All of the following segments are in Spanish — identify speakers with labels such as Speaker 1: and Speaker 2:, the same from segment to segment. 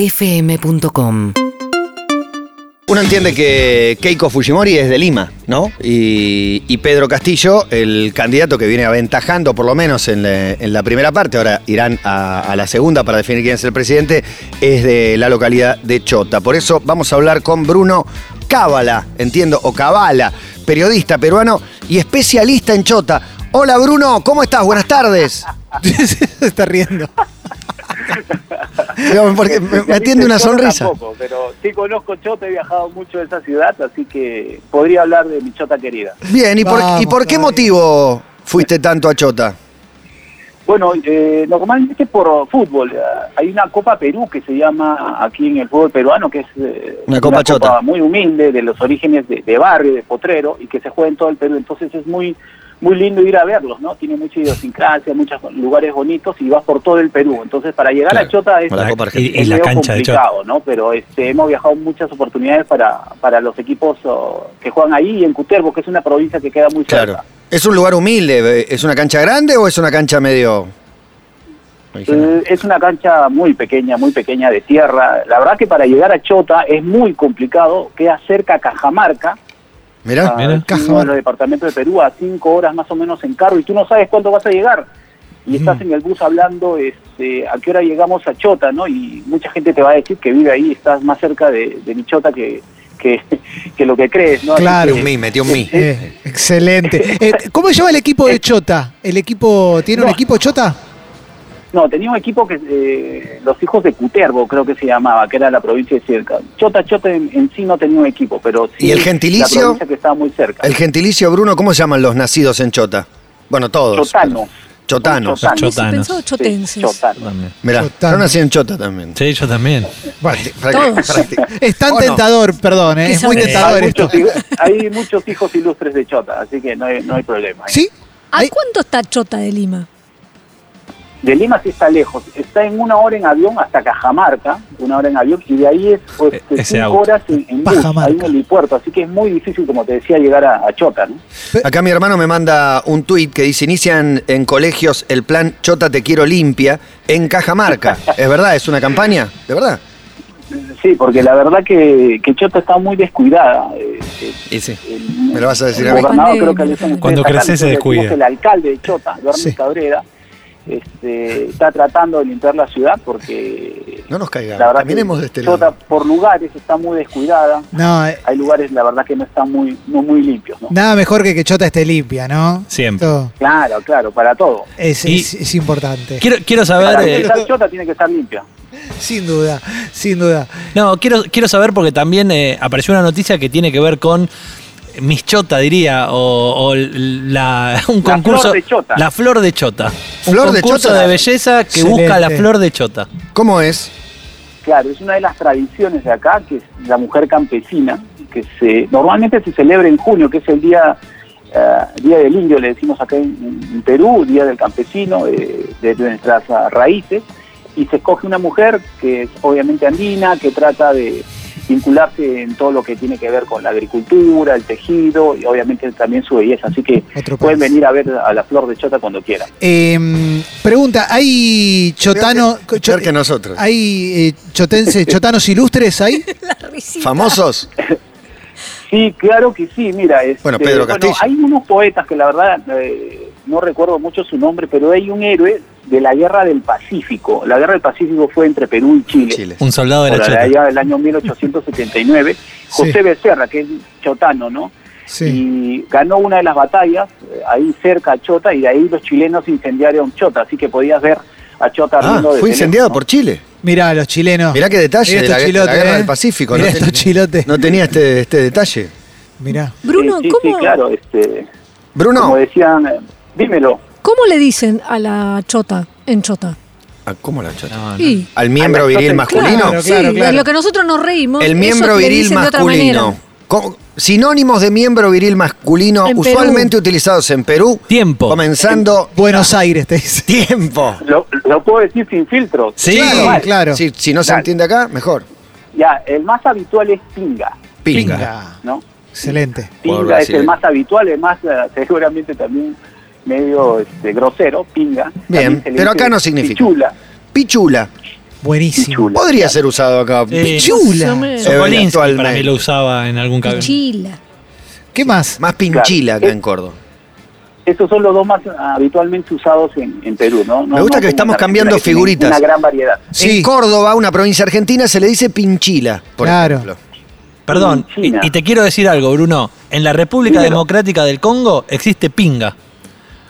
Speaker 1: UrbanaPlayFM.com
Speaker 2: Uno entiende que Keiko Fujimori es de Lima, ¿no? Y, y Pedro Castillo, el candidato que viene aventajando, por lo menos en, la- en la primera parte, ahora irán a, a la segunda para definir quién es el presidente, es de la localidad de Chota. Por eso vamos a hablar con Bruno Cábala, entiendo, o Cabala, periodista peruano y especialista en Chota. Hola Bruno, ¿cómo estás? Buenas tardes.
Speaker 3: Se está riendo.
Speaker 2: Digamos, porque me, me atiende
Speaker 4: Yo
Speaker 2: una
Speaker 4: no
Speaker 2: sonrisa.
Speaker 4: Tampoco, pero sí conozco Chota, he viajado mucho de esa ciudad, así que podría hablar de mi Chota querida.
Speaker 2: Bien, ¿y por,
Speaker 3: Vamos,
Speaker 2: ¿y por qué
Speaker 3: todavía.
Speaker 2: motivo fuiste tanto a Chota?
Speaker 4: Bueno, eh, normalmente por fútbol. eh, Hay una Copa Perú que se llama aquí en el fútbol peruano, que es eh,
Speaker 2: Una Copa Chota.
Speaker 4: muy humilde, de los orígenes de, de barrio, de potrero, y que se juega en todo el Perú. Entonces es muy muy lindo ir a verlos, ¿no? Tiene mucha idiosincrasia, muchos lugares bonitos y vas por todo el Perú. Entonces para llegar a
Speaker 2: Claro,
Speaker 4: Chota es
Speaker 2: a la Copa Argentina.
Speaker 4: es
Speaker 5: la
Speaker 4: medio
Speaker 5: cancha de Chota.
Speaker 4: complicado, ¿no? Pero este, hemos viajado muchas oportunidades para, para los equipos oh, que juegan ahí y en Cuterbo, que es una provincia que queda muy cerca.
Speaker 2: Claro. ¿Es un lugar humilde? eh, ¿Es una cancha grande o es una cancha medio.?
Speaker 4: Eh, Es una cancha muy pequeña, muy pequeña de tierra. La verdad que para llegar a Chota es muy complicado. Queda cerca a Cajamarca,
Speaker 2: Mirá,
Speaker 4: a- es uno de los departamentos de Perú, a cinco horas más o menos en carro, y tú no sabes cuándo vas a llegar. Y estás en el bus hablando este, a qué hora llegamos a Chota, ¿no? Y mucha gente te va a decir que vive ahí, estás más cerca de, de mi Chota que, que, que lo que crees, ¿no? Así
Speaker 2: Metió
Speaker 3: Claro.
Speaker 4: que-
Speaker 2: un mi, metió un mi.
Speaker 3: Eh, excelente. Eh, ¿Cómo se llama el equipo de Chota? ¿El equipo tiene un
Speaker 4: No.
Speaker 3: equipo Chota?
Speaker 4: No, tenía un equipo que eh, los hijos de Cuterbo creo que se llamaba, que era la provincia de cerca. Chota Chota en, en sí no tenía un equipo, pero sí
Speaker 2: ¿Y el gentilicio?
Speaker 4: la provincia que estaba muy cerca.
Speaker 2: El gentilicio, Bruno, ¿cómo se llaman los nacidos en Chota? Bueno, todos.
Speaker 4: Chotanos.
Speaker 2: Chotanos.
Speaker 4: Son chotanos.
Speaker 5: Chotanos.
Speaker 6: pensó
Speaker 4: Sí,
Speaker 6: chotenses.
Speaker 4: chotanos.
Speaker 5: También.
Speaker 2: Mirá,
Speaker 3: Chotanos.
Speaker 2: yo nací en Chota también.
Speaker 5: Sí, yo también.
Speaker 3: Bueno,
Speaker 2: Prácti- prácti-
Speaker 3: es
Speaker 4: Oh,
Speaker 3: tan
Speaker 2: ¿O no?
Speaker 3: tentador, perdón, eh, es
Speaker 6: Quizá
Speaker 3: muy
Speaker 6: no.
Speaker 3: tentador
Speaker 4: Hay
Speaker 3: esto.
Speaker 4: muchos, hij- hay muchos hijos ilustres de Chota, así que no hay, no hay problema.
Speaker 3: ¿Sí?
Speaker 6: ¿A
Speaker 3: Ahí-
Speaker 6: cuánto está Chota de Lima?
Speaker 4: De Lima sí está lejos. Está en una hora en avión hasta Cajamarca, una hora en avión, y de ahí es pues,
Speaker 5: E-
Speaker 4: este,
Speaker 5: ese
Speaker 4: cinco
Speaker 5: auto.
Speaker 4: horas en, en bus,
Speaker 3: Pajamarca.
Speaker 4: hay un helipuerto, así que es muy difícil, como te decía, llegar a, a Chota, ¿no?
Speaker 2: Acá mi hermano me manda un tuit que dice: inician en colegios el plan Chota te quiero limpia en Cajamarca. ¿Es verdad? ¿Es una campaña? ¿De verdad?
Speaker 4: Sí, porque la verdad que, que Chota está muy descuidada. eh, eh,
Speaker 2: Y sí.
Speaker 4: el-
Speaker 2: Me lo vas a decir
Speaker 4: el
Speaker 2: a mí.
Speaker 4: gobernador
Speaker 6: Pandemia.
Speaker 4: creo que le dicen ustedes
Speaker 5: Cuando
Speaker 4: acá,
Speaker 5: creces se
Speaker 4: nosotros decimos
Speaker 5: descuida.
Speaker 4: El alcalde de Chota, Eduardo
Speaker 3: Sí.
Speaker 4: Cabrera, este, está tratando de limpiar la ciudad porque
Speaker 2: No nos
Speaker 4: la
Speaker 2: caigamos.
Speaker 4: verdad
Speaker 2: Caminemos
Speaker 4: que
Speaker 2: de este
Speaker 4: Chota
Speaker 2: lado.
Speaker 4: por lugares está muy descuidada.
Speaker 3: No, eh,
Speaker 4: Hay lugares la verdad que no están muy no muy limpios, ¿no?
Speaker 3: nada mejor que que Chota esté limpia, ¿no?
Speaker 5: Siempre.
Speaker 3: Esto
Speaker 4: Claro, claro, para todo.
Speaker 3: es,
Speaker 5: Y-
Speaker 3: es- es importante.
Speaker 5: Quiero, quiero
Speaker 4: Para
Speaker 5: saber. eh,
Speaker 4: realizar Chota tiene que estar limpia.
Speaker 3: Sin duda, sin duda.
Speaker 5: no, quiero, quiero saber porque también eh, apareció una noticia que tiene que ver con. Mis Chota, diría, o, o la, un
Speaker 4: La
Speaker 5: concurso.
Speaker 4: flor de Chota.
Speaker 5: La flor de Chota.
Speaker 2: Flor
Speaker 5: un
Speaker 2: de
Speaker 5: concurso
Speaker 2: Chota.
Speaker 5: de belleza que busca
Speaker 3: Excelente.
Speaker 5: la flor de Chota.
Speaker 2: ¿Cómo es?
Speaker 4: Claro, es una de las tradiciones de acá, que es la mujer campesina, que se normalmente se celebra en junio, que es el día eh, día del indio, le decimos acá en, en Perú, día del campesino, eh, de, de nuestras ah, raíces, y se escoge una mujer que es obviamente andina, que trata de vincularse en todo lo que tiene que ver con la agricultura, el tejido y obviamente también su belleza. Así que
Speaker 3: Otro
Speaker 4: pueden
Speaker 3: país.
Speaker 4: venir a ver a la flor de chota cuando quieran.
Speaker 3: Eh, pregunta, ¿hay chotano,
Speaker 2: Peor que- peor que nosotros.
Speaker 3: ¿Hay eh, chotense, chotanos ilustres ahí?
Speaker 6: La risita.
Speaker 2: ¿Famosos?
Speaker 4: Sí, claro que sí, mira. este,
Speaker 2: Bueno, Pedro Castillo.
Speaker 4: hay unos poetas que la verdad eh, no recuerdo mucho su nombre, pero hay un héroe de la Guerra del Pacífico. La Guerra del Pacífico fue entre Perú y Chile.
Speaker 2: Chile.
Speaker 5: Un soldado de
Speaker 4: por
Speaker 5: la
Speaker 4: allá
Speaker 5: Chota.
Speaker 4: del año 1879, José
Speaker 3: Sí.
Speaker 4: Becerra, que es chotano, ¿no?
Speaker 3: Sí.
Speaker 4: Y ganó una de las batallas eh, ahí cerca a Chota y de ahí los chilenos incendiaron Chota, así que podías ver a Chota
Speaker 2: Ah,
Speaker 4: ardiendo de
Speaker 2: fue
Speaker 4: lejos,
Speaker 2: incendiado
Speaker 4: ¿no?
Speaker 2: por Chile.
Speaker 3: Mirá, los chilenos.
Speaker 2: Mirá qué detalle
Speaker 3: Ah. Mirá
Speaker 2: de la,
Speaker 3: estos
Speaker 2: de la
Speaker 3: chilotes,
Speaker 2: guerra
Speaker 3: eh.
Speaker 2: del Pacífico.
Speaker 3: Mirá
Speaker 2: no,
Speaker 3: estos chilotes.
Speaker 2: no tenía este, este detalle.
Speaker 3: Mirá.
Speaker 6: Bruno,
Speaker 4: Sí, sí,
Speaker 6: ¿cómo,
Speaker 4: sí, claro, este,
Speaker 2: Bruno,
Speaker 4: como decían, eh, dímelo.
Speaker 6: ¿cómo le dicen a la Chota en Chota?
Speaker 2: Ah, ¿cómo la chota?
Speaker 5: No, no.
Speaker 6: Y,
Speaker 2: ¿Al miembro
Speaker 4: Ah, la
Speaker 2: viril
Speaker 4: chota.
Speaker 2: masculino?
Speaker 3: Claro,
Speaker 6: sí,
Speaker 3: claro, claro.
Speaker 6: de lo que nosotros nos reímos.
Speaker 2: El
Speaker 6: ellos
Speaker 2: miembro
Speaker 6: le
Speaker 2: viril
Speaker 6: dicen de otra
Speaker 2: masculino.
Speaker 6: manera.
Speaker 2: Co- Sinónimos de miembro viril masculino
Speaker 6: En Perú.
Speaker 2: usualmente utilizados en Perú.
Speaker 5: Tiempo.
Speaker 2: Comenzando
Speaker 3: Buenos Aires te dice.
Speaker 2: tiempo.
Speaker 4: Lo, lo puedo decir sin filtro.
Speaker 5: Sí.
Speaker 3: Claro,
Speaker 4: Vale.
Speaker 3: claro.
Speaker 2: Si, si no se
Speaker 4: Dale.
Speaker 2: entiende acá, mejor.
Speaker 4: Ya, el más habitual es pinga,
Speaker 2: Pinga.
Speaker 4: ¿no?
Speaker 3: Excelente.
Speaker 2: Jugador
Speaker 4: Pinga es
Speaker 2: brasileño.
Speaker 4: el más habitual, el más eh, seguramente también medio este, grosero, pinga.
Speaker 2: Bien,
Speaker 4: También se le
Speaker 2: pero
Speaker 4: dice
Speaker 2: acá no significa.
Speaker 4: Pichula.
Speaker 2: Pichula.
Speaker 3: Buenísimo.
Speaker 4: Pichula.
Speaker 2: Podría ser usado acá.
Speaker 5: Eh,
Speaker 3: Pichula.
Speaker 6: más o menos.
Speaker 5: Sokolinsky para
Speaker 2: Eventualmente.
Speaker 5: mí lo usaba en algún cabello.
Speaker 6: Pichila.
Speaker 3: ¿Qué más?
Speaker 2: Más pinchila
Speaker 4: Claro.
Speaker 2: acá en Córdoba.
Speaker 4: Estos son los dos más habitualmente usados en, en Perú, ¿no? No-
Speaker 2: Me gusta
Speaker 4: no
Speaker 2: que estamos
Speaker 4: como en Argentina,
Speaker 2: cambiando
Speaker 4: que tienen
Speaker 2: figuritas.
Speaker 4: Una gran variedad.
Speaker 3: Sí.
Speaker 2: En Córdoba, una provincia argentina, se le dice pinchila, por
Speaker 3: Claro.
Speaker 2: ejemplo.
Speaker 5: Perdón, y,
Speaker 4: China.
Speaker 5: y te quiero decir algo, Bruno. En la República
Speaker 4: Dímelo.
Speaker 5: Democrática del Congo existe Pinga.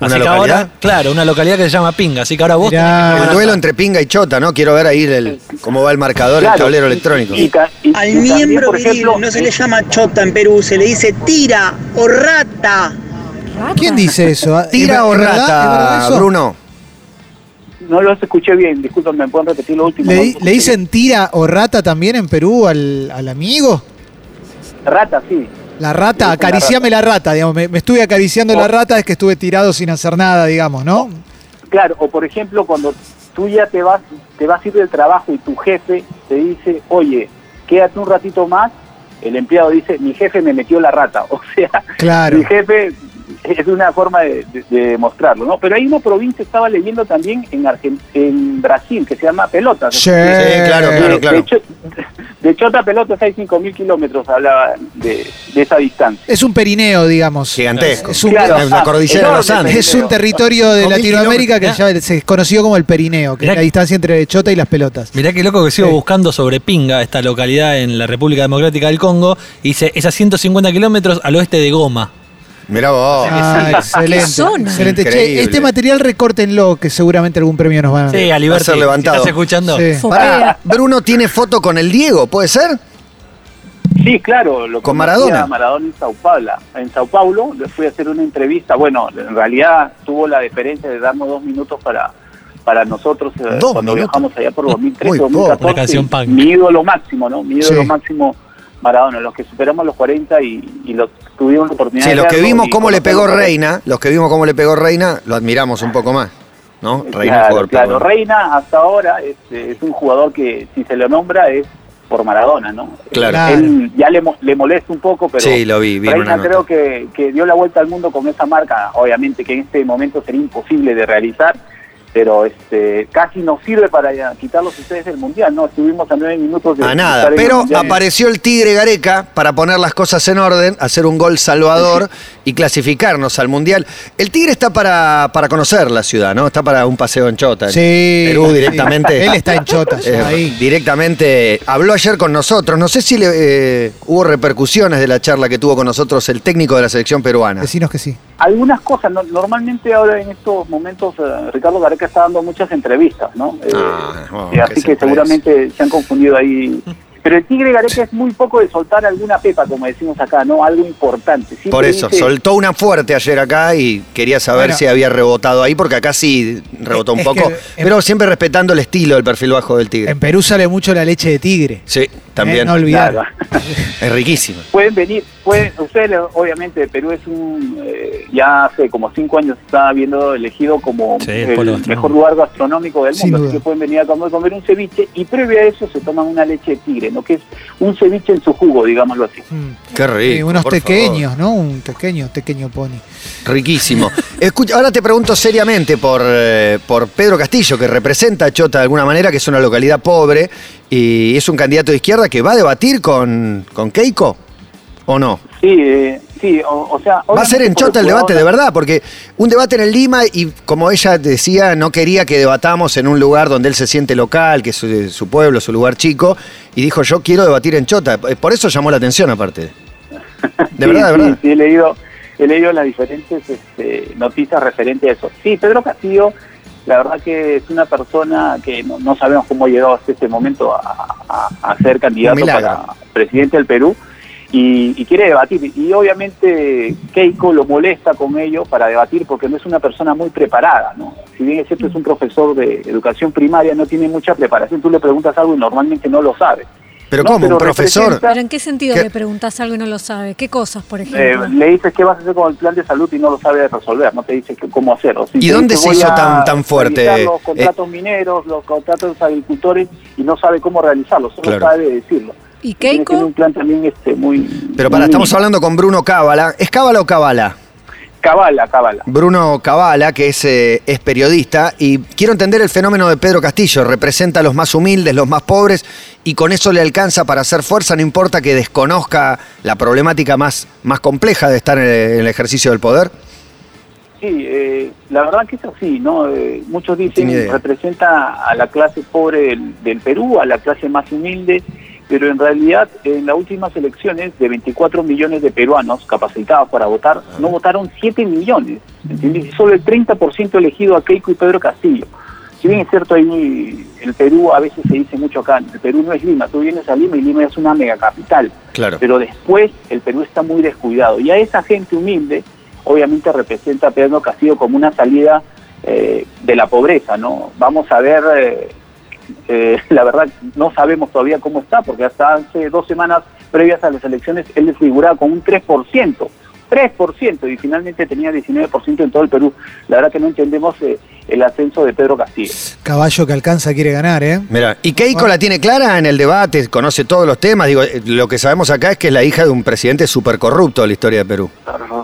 Speaker 2: ¿Una
Speaker 5: que
Speaker 2: localidad?
Speaker 5: ahora, claro, una localidad que se llama Pinga. Así que ahora vos
Speaker 3: Mirá.
Speaker 5: tenés que
Speaker 2: El
Speaker 5: gobernar.
Speaker 2: duelo entre pinga y chota, ¿no? Quiero ver ahí el, cómo va el marcador, el
Speaker 4: Claro,
Speaker 2: tablero
Speaker 4: y-
Speaker 2: electrónico.
Speaker 4: y ca- y-
Speaker 1: Al
Speaker 4: y también,
Speaker 1: miembro
Speaker 4: por ejemplo,
Speaker 1: viril no se le
Speaker 4: eh,
Speaker 1: llama chota en Perú, se le dice tira o rata.
Speaker 6: Rata.
Speaker 3: ¿Quién dice eso? Ah, ¿Es
Speaker 2: Tira o
Speaker 3: verdad? ¿Es
Speaker 2: rata,
Speaker 3: verdad eso?
Speaker 2: Bruno.
Speaker 4: No los escuché bien, disculpen, ¿me pueden repetir lo último?
Speaker 3: ¿Le,
Speaker 4: No
Speaker 3: di-
Speaker 4: escuché
Speaker 3: le dicen tira o rata también en Perú al, al amigo?
Speaker 4: bien. Rata, sí.
Speaker 3: La
Speaker 4: Le dicen
Speaker 3: rata,
Speaker 4: la
Speaker 3: acariciame la rata, digamos. Me, me estuve acariciando
Speaker 4: Oh.
Speaker 3: la rata, es que estuve tirado sin hacer nada, digamos, ¿no?
Speaker 4: Claro, o por ejemplo, cuando tú ya te vas, te vas a ir del trabajo y tu jefe te dice, oye, quédate un ratito más, el empleado dice, mi jefe me metió la rata. O sea,
Speaker 3: Claro.
Speaker 4: mi jefe es una forma de, de- de demostrarlo, ¿no? Pero hay una provincia, estaba leyendo también en, Argen- en Brasil, que se llama Pelotas.
Speaker 3: Sí,
Speaker 2: claro,
Speaker 4: De-
Speaker 2: claro, claro.
Speaker 4: De, Cho- de Chota a Pelotas hay 5.000 kilómetros, hablaba de, de esa distancia.
Speaker 3: Es un perineo, digamos.
Speaker 2: Gigantesco.
Speaker 3: Es un-
Speaker 4: Claro,
Speaker 2: Es una
Speaker 4: ah,
Speaker 2: cordillera de los
Speaker 4: enorme,
Speaker 2: Andes.
Speaker 3: Es un territorio de
Speaker 2: Con mil
Speaker 3: Latinoamérica que ya se es conocido como el perineo, que
Speaker 5: Mirá
Speaker 3: es la
Speaker 5: que-
Speaker 3: distancia entre Chota y las pelotas.
Speaker 5: Mirá qué loco que sigo
Speaker 3: Sí.
Speaker 5: buscando sobre Pinga, esta localidad en la República Democrática del Congo. Y dice, es a 150 kilómetros al oeste de Goma.
Speaker 2: Mirá vos.
Speaker 3: Ah, excelente.
Speaker 6: Qué zona.
Speaker 3: excelente. Che,
Speaker 2: Increíble.
Speaker 3: este material recórtenlo, que seguramente algún premio nos van a
Speaker 5: Sí, Aliberti,
Speaker 2: Ah. ser
Speaker 5: si
Speaker 2: levantado.
Speaker 5: ¿Estás escuchando?
Speaker 3: Sí.
Speaker 2: Pará,
Speaker 6: Fopea.
Speaker 2: Bruno tiene foto con el Diego, ¿puede ser?
Speaker 4: Sí, claro. Lo
Speaker 2: ¿Con
Speaker 4: conocí
Speaker 2: Maradona?
Speaker 4: a Maradona en Sao Paulo. En Sao Paulo le fui a hacer una entrevista. Bueno, en realidad tuvo la deferencia de darnos dos minutos para para nosotros eh,
Speaker 2: Dos
Speaker 4: cuando
Speaker 2: minutos.
Speaker 4: viajamos allá por
Speaker 2: Muy
Speaker 4: 2013,
Speaker 2: poco.
Speaker 4: 2014.
Speaker 5: Una canción punk.
Speaker 4: Mi ídolo máximo, ¿no? Mi ídolo
Speaker 3: Sí.
Speaker 4: máximo Maradona. Los que superamos los 40 y, y los tuvimos la oportunidad
Speaker 2: Sí,
Speaker 4: de
Speaker 2: los que
Speaker 4: verlo
Speaker 2: vimos
Speaker 4: y
Speaker 2: cómo le pegó
Speaker 4: conocerlo.
Speaker 2: Reina, los que vimos cómo le pegó Reina, lo admiramos un poco más, ¿no? Reina
Speaker 4: claro,
Speaker 2: jugador
Speaker 4: claro.
Speaker 2: peruano.
Speaker 4: Reina hasta ahora es, eh, es un jugador que si se lo nombra es por Maradona, ¿no?
Speaker 2: Claro.
Speaker 3: Claro.
Speaker 4: Él ya le, mo- le molesta un poco, pero
Speaker 2: Sí, lo vi, vi en una
Speaker 4: Reina
Speaker 2: nota.
Speaker 4: creo que, que dio la vuelta al mundo con esa marca, obviamente que en este momento sería imposible de realizar, pero este casi nos sirve para quitar los ustedes del Mundial, ¿no? Estuvimos a nueve minutos de...
Speaker 2: A
Speaker 4: de
Speaker 2: nada,
Speaker 4: estar en el
Speaker 2: pero
Speaker 4: Mundial.
Speaker 2: apareció el Tigre Gareca para poner las cosas en orden, hacer un gol salvador y clasificarnos al Mundial. El Tigre está para, para conocer la ciudad, ¿no? Está para un paseo en Chota. Eh, en
Speaker 3: Sí.
Speaker 2: Perú directamente.
Speaker 3: Él está en Chota, ya,
Speaker 2: Eh,
Speaker 3: ahí.
Speaker 2: Directamente habló ayer con nosotros. No sé si le, eh, hubo repercusiones de la charla que tuvo con nosotros el técnico de la selección peruana.
Speaker 3: Decinos que sí.
Speaker 4: Algunas cosas, no- normalmente ahora en estos momentos eh, Ricardo Gareca está dando muchas entrevistas, ¿no? Eh,
Speaker 2: Ah, bueno,
Speaker 4: eh,
Speaker 2: qué
Speaker 4: así que
Speaker 2: sorpresa.
Speaker 4: seguramente se han confundido ahí. Pero el Tigre Gareca es muy poco de soltar alguna pepa, como decimos acá, ¿no? Algo importante. Siempre
Speaker 2: Por eso,
Speaker 4: dice-
Speaker 2: soltó una fuerte ayer acá y quería saber
Speaker 3: Bueno.
Speaker 2: si había rebotado ahí, porque acá sí rebotó un
Speaker 3: Es
Speaker 2: poco,
Speaker 3: que-
Speaker 2: pero siempre respetando el estilo del perfil bajo del tigre.
Speaker 3: En Perú sale mucho la leche de tigre.
Speaker 2: Sí, también.
Speaker 3: Eh, no olvidar.
Speaker 4: Claro.
Speaker 2: Es riquísima.
Speaker 4: Pueden venir, pueden, ustedes le- obviamente Perú es un, eh, ya hace como cinco años está viendo elegido como
Speaker 5: Sí, el
Speaker 4: el,
Speaker 5: polo gastronómico.
Speaker 4: mejor lugar gastronómico del
Speaker 3: Sin
Speaker 4: mundo,
Speaker 3: duda.
Speaker 4: así que pueden venir a comer, comer un ceviche y previo a eso se toman una leche de tigre, ¿no? Que es un ceviche en su jugo, digámoslo así.
Speaker 3: Mm.
Speaker 2: Qué rico.
Speaker 3: Eh, unos
Speaker 2: por favor.
Speaker 3: pequeños, ¿no? Un pequeño, pequeño pony.
Speaker 2: Riquísimo. Escucha, ahora te pregunto seriamente por, eh, por Pedro Castillo, que representa a Chota de alguna manera, que es una localidad pobre y es un candidato de izquierda que va a debatir con, con Keiko, ¿o no?
Speaker 4: Sí, eh, sí, o, o sea...
Speaker 2: Va a ser en
Speaker 4: obviamente por
Speaker 2: Chota el
Speaker 4: jugador-
Speaker 2: debate, de verdad, porque un debate en el Lima y como ella decía, no quería que debatamos en un lugar donde él se siente local, que es su, su pueblo, su lugar chico, y dijo, yo quiero debatir en Chota. Por eso llamó la atención aparte. De
Speaker 4: Sí,
Speaker 2: verdad, de
Speaker 4: sí,
Speaker 2: verdad.
Speaker 4: Sí, he leído, he leído las diferentes este, noticias referentes a eso. Sí, Pedro Castillo, la verdad que es una persona que no, no sabemos cómo llegó hasta este momento a, a- a ser candidato
Speaker 2: milagro.
Speaker 4: para presidente del Perú. Y, y quiere debatir. Y obviamente Keiko lo molesta con ello para debatir porque no es una persona muy preparada. ¿no? Si bien es cierto, es un profesor de educación primaria, no tiene mucha preparación. Tú le preguntas algo y normalmente no lo sabe.
Speaker 2: Pero
Speaker 4: No,
Speaker 2: ¿cómo?
Speaker 4: pero
Speaker 2: un profesor.
Speaker 4: representa-
Speaker 6: ¿Pero en qué sentido
Speaker 2: ¿Qué?
Speaker 6: le preguntás algo y no lo sabe? ¿Qué cosas, por
Speaker 4: Eh,
Speaker 6: ejemplo?
Speaker 4: le dices qué vas a hacer con el plan de salud y no lo sabe resolver, no te dice qué- cómo hacerlo. Si
Speaker 2: ¿Y
Speaker 4: te
Speaker 2: dónde
Speaker 4: dice,
Speaker 2: se
Speaker 4: voy
Speaker 2: hizo
Speaker 4: a
Speaker 2: tan- tan fuerte?
Speaker 4: realizar Los
Speaker 2: Eh,
Speaker 4: contratos mineros, los contratos de los agricultores y no sabe cómo realizarlos, solo
Speaker 2: Claro.
Speaker 4: sabe decirlo.
Speaker 6: ¿Y
Speaker 4: Tiene tiene
Speaker 6: Keiko?
Speaker 4: un plan también este, muy...
Speaker 2: Pero para,
Speaker 4: muy-
Speaker 2: estamos hablando con Bruno Cábala. ¿Es Cábala o Cábala?
Speaker 4: Cabala, Cabala.
Speaker 2: Bruno Cabala, que es, eh, es periodista, y quiero entender el fenómeno de Pedro Castillo. Representa a los más humildes, los más pobres, y con eso le alcanza para hacer fuerza, no importa que desconozca la problemática más, más compleja de estar en el, en el ejercicio del poder.
Speaker 4: Sí, eh, la verdad que es así, ¿no? Eh, muchos
Speaker 2: tiene
Speaker 4: dicen
Speaker 2: idea.
Speaker 4: representa a la clase pobre del, del Perú, a la clase más humilde, pero en realidad en las últimas elecciones de 24 millones de peruanos capacitados para votar, no votaron 7 millones, ¿entiendes? Y solo el 30% elegido a Keiko y Pedro Castillo. Si bien es cierto, ahí el Perú a veces se dice mucho acá, el Perú no es Lima, tú vienes a Lima y Lima es una megacapital.
Speaker 2: Claro.
Speaker 4: Pero después el Perú está muy descuidado. Y a esa gente humilde, obviamente representa a Pedro Castillo como una salida eh, de la pobreza, ¿no? Vamos a ver, eh, eh, la verdad, no sabemos todavía cómo está, porque hasta hace dos semanas previas a las elecciones él figuraba con un 3%. 3% y finalmente tenía 19% en todo el Perú. La verdad que no entendemos eh, el ascenso de Pedro Castillo.
Speaker 3: Caballo que alcanza quiere ganar, ¿eh?
Speaker 2: Mira, y Keiko la tiene clara en el debate, conoce todos los temas. Digo, eh, lo que sabemos acá es que es la hija de un presidente súper corrupto de la historia de Perú.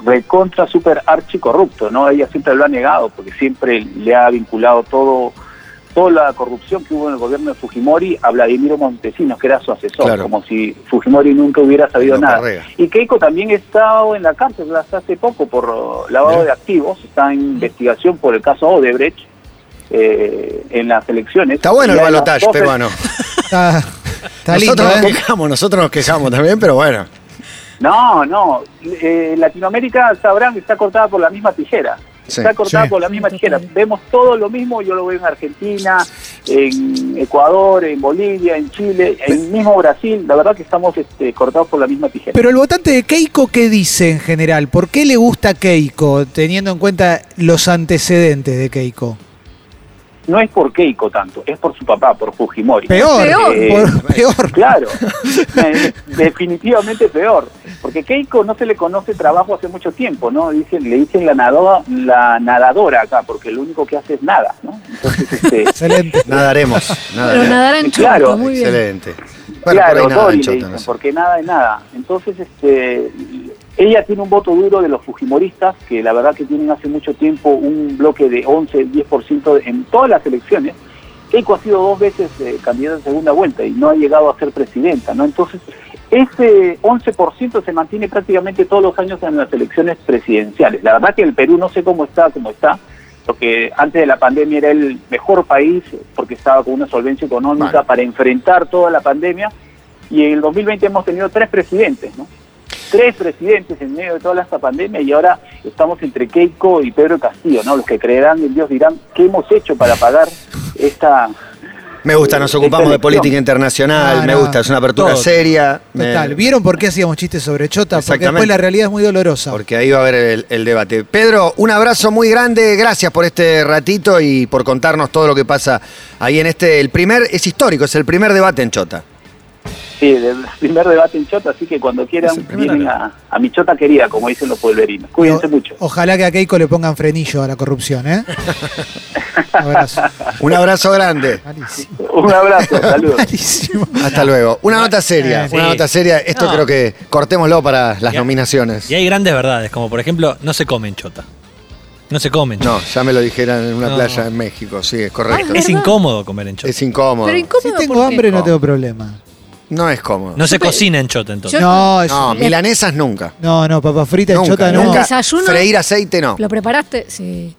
Speaker 4: recontra super archicorrupto, ¿no? Ella siempre lo ha negado porque siempre le ha vinculado todo toda la corrupción que hubo en el gobierno de Fujimori a Vladimiro Montesinos, que era su asesor,
Speaker 2: Claro.
Speaker 4: como si Fujimori nunca hubiera sabido
Speaker 2: No
Speaker 4: nada.
Speaker 2: carrega.
Speaker 4: Y Keiko también ha estado en la cárcel hasta hace poco por oh, lavado de activos, está en investigación por el caso Odebrecht eh, en las elecciones.
Speaker 2: Está bueno el
Speaker 4: Y a las
Speaker 2: balotaje
Speaker 4: 12
Speaker 2: peruano.
Speaker 3: Está, está lindo,
Speaker 2: nosotros nos
Speaker 3: ¿eh?
Speaker 2: quejamos, nosotros nos quejamos también, pero bueno.
Speaker 4: No, no. Eh, Latinoamérica, sabrán, está cortada por la misma tijera.
Speaker 2: Sí,
Speaker 4: está cortada
Speaker 3: sí.
Speaker 4: por la misma tijera.
Speaker 6: Total.
Speaker 4: Vemos todo lo mismo, yo lo veo en Argentina, en Ecuador, en Bolivia, en Chile, en mismo Brasil. La verdad que estamos este, cortados por la misma tijera.
Speaker 3: Pero el votante de Keiko, ¿qué dice en general? ¿Por qué le gusta Keiko, teniendo en cuenta los antecedentes de Keiko?
Speaker 4: no es por Keiko tanto, es por su papá, por Fujimori. Eh,
Speaker 3: Peor,
Speaker 6: Peor.
Speaker 3: por- peor.
Speaker 4: Claro, Eh, definitivamente peor, porque Keiko no se le conoce trabajo hace mucho tiempo, ¿no? Dicen, le dicen la nadadora, la nadadora acá, porque lo único que hace es nada, ¿no? Entonces, este,
Speaker 3: Excelente.
Speaker 2: Nadaremos.
Speaker 6: Pero
Speaker 2: nadaremos.
Speaker 6: nadar en
Speaker 4: Claro.
Speaker 6: chorro, muy bien.
Speaker 2: Excelente. Bueno, por ahí
Speaker 4: claro,
Speaker 2: nada,
Speaker 4: Dory
Speaker 2: en
Speaker 4: le
Speaker 2: chota,
Speaker 4: dicen,
Speaker 2: no sé.
Speaker 4: porque nada es nada. Entonces, este, ella tiene un voto duro de los fujimoristas, que la verdad que tienen hace mucho tiempo un bloque de 11, 10% en todas las elecciones. Keiko ha sido dos veces eh, candidata en segunda vuelta y no ha llegado a ser presidenta, ¿no? Entonces, ese 11% se mantiene prácticamente todos los años en las elecciones presidenciales. La verdad que el Perú no sé cómo está, cómo está, porque antes de la pandemia era el mejor país porque estaba con una solvencia económica
Speaker 2: Vale.
Speaker 4: para enfrentar toda la pandemia y en el 2020 hemos tenido tres presidentes, ¿no? Tres presidentes en medio de toda esta pandemia y ahora estamos entre Keiko y Pedro Castillo, ¿no? Los que creerán en Dios dirán, ¿qué hemos hecho para pagar esta...
Speaker 2: Me gusta, nos
Speaker 4: Esta
Speaker 2: ocupamos de
Speaker 4: elección.
Speaker 2: política internacional,
Speaker 3: Ah,
Speaker 2: me
Speaker 3: no.
Speaker 2: gusta, es una apertura
Speaker 5: Todo.
Speaker 2: seria. me-
Speaker 3: Total. ¿Vieron por qué hacíamos chistes sobre Chota? Porque
Speaker 2: Eh, Exactamente.
Speaker 3: después la realidad es muy dolorosa.
Speaker 2: Porque ahí va a haber el, el debate. Pedro, un abrazo muy grande, gracias por este ratito y por contarnos todo lo que pasa ahí en este. El primer, es histórico, es el primer debate en Chota.
Speaker 4: Sí, del primer debate en Chota, así que cuando quieran
Speaker 2: Es el primer
Speaker 4: vienen a, a mi Chota querida, como dicen los pueblerinos. Cuídense
Speaker 3: O-
Speaker 2: oh.
Speaker 4: mucho.
Speaker 3: Ojalá que a Keiko le pongan frenillo a la corrupción, ¿eh? Abrazo.
Speaker 2: Un abrazo grande.
Speaker 3: Malísimo.
Speaker 4: Un abrazo, saludos.
Speaker 3: Malísimo.
Speaker 2: Hasta luego. Una nota seria,
Speaker 5: Sí.
Speaker 2: una nota seria. Esto
Speaker 5: No.
Speaker 2: creo que cortémoslo para las
Speaker 5: Ya.
Speaker 2: nominaciones.
Speaker 5: Y hay grandes verdades, como por ejemplo, no se comen chota. No se comen chota.
Speaker 2: No, ya me lo dijeran en una
Speaker 5: No.
Speaker 2: playa en México, sí, es correcto.
Speaker 6: Ay,
Speaker 5: Es incómodo comer en chota.
Speaker 2: es incómodo.
Speaker 6: Pero incómodo
Speaker 3: Si
Speaker 6: ¿por
Speaker 3: tengo
Speaker 6: qué?
Speaker 3: hambre no tengo problema.
Speaker 2: no es cómodo.
Speaker 5: No se
Speaker 6: Yo pe-
Speaker 5: cocina en chota entonces.
Speaker 6: Yo-
Speaker 3: No, es-
Speaker 2: No, milanesas nunca.
Speaker 3: no, no, papa frita en
Speaker 2: Nunca,
Speaker 3: Chota no.
Speaker 2: nunca.
Speaker 6: Desayuno-
Speaker 2: Freír aceite no.
Speaker 6: ¿Lo preparaste? Sí.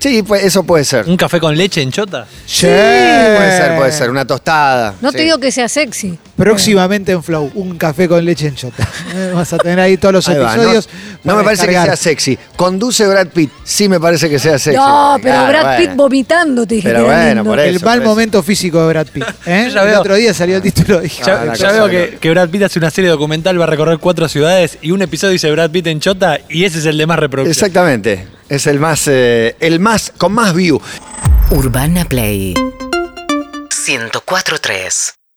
Speaker 2: Sí, pues eso puede ser. Eh,
Speaker 5: ¿Un café con leche en chota?
Speaker 2: Ah,
Speaker 3: Sí.
Speaker 2: Puede ser, puede ser. Una tostada.
Speaker 6: No
Speaker 2: sí.
Speaker 6: te digo que sea sexy.
Speaker 3: Próximamente en Flow, un café con leche en chota. Eh, Vas a tener ahí todos los
Speaker 2: Ahí va, no-
Speaker 3: episodios.
Speaker 2: no, me
Speaker 3: para
Speaker 2: parece que
Speaker 3: descargar.
Speaker 2: sea sexy. Conduce Brad Pitt. Sí me parece que sea sexy.
Speaker 6: No, pero
Speaker 2: Claro,
Speaker 6: Brad
Speaker 2: bueno.
Speaker 6: Pitt vomitando, te dije
Speaker 2: Pero
Speaker 6: que era
Speaker 2: bueno,
Speaker 6: lindo.
Speaker 2: por
Speaker 3: El
Speaker 2: Eso,
Speaker 3: mal
Speaker 2: eso.
Speaker 3: momento físico de Brad Pitt. ¿eh?
Speaker 5: Yo ya
Speaker 3: El
Speaker 5: veo.
Speaker 3: otro día salió el título. y-
Speaker 5: Ya,
Speaker 2: Ah, una
Speaker 5: ya
Speaker 2: cosa
Speaker 5: veo
Speaker 2: de
Speaker 5: que,
Speaker 2: loco.
Speaker 5: que Brad Pitt hace una serie documental, va a recorrer cuatro ciudades y un episodio dice Brad Pitt en chota y ese es el de más reproducción.
Speaker 2: Exactamente. Es el más, eh, el más, con más view.
Speaker 7: Urbana Play 104.3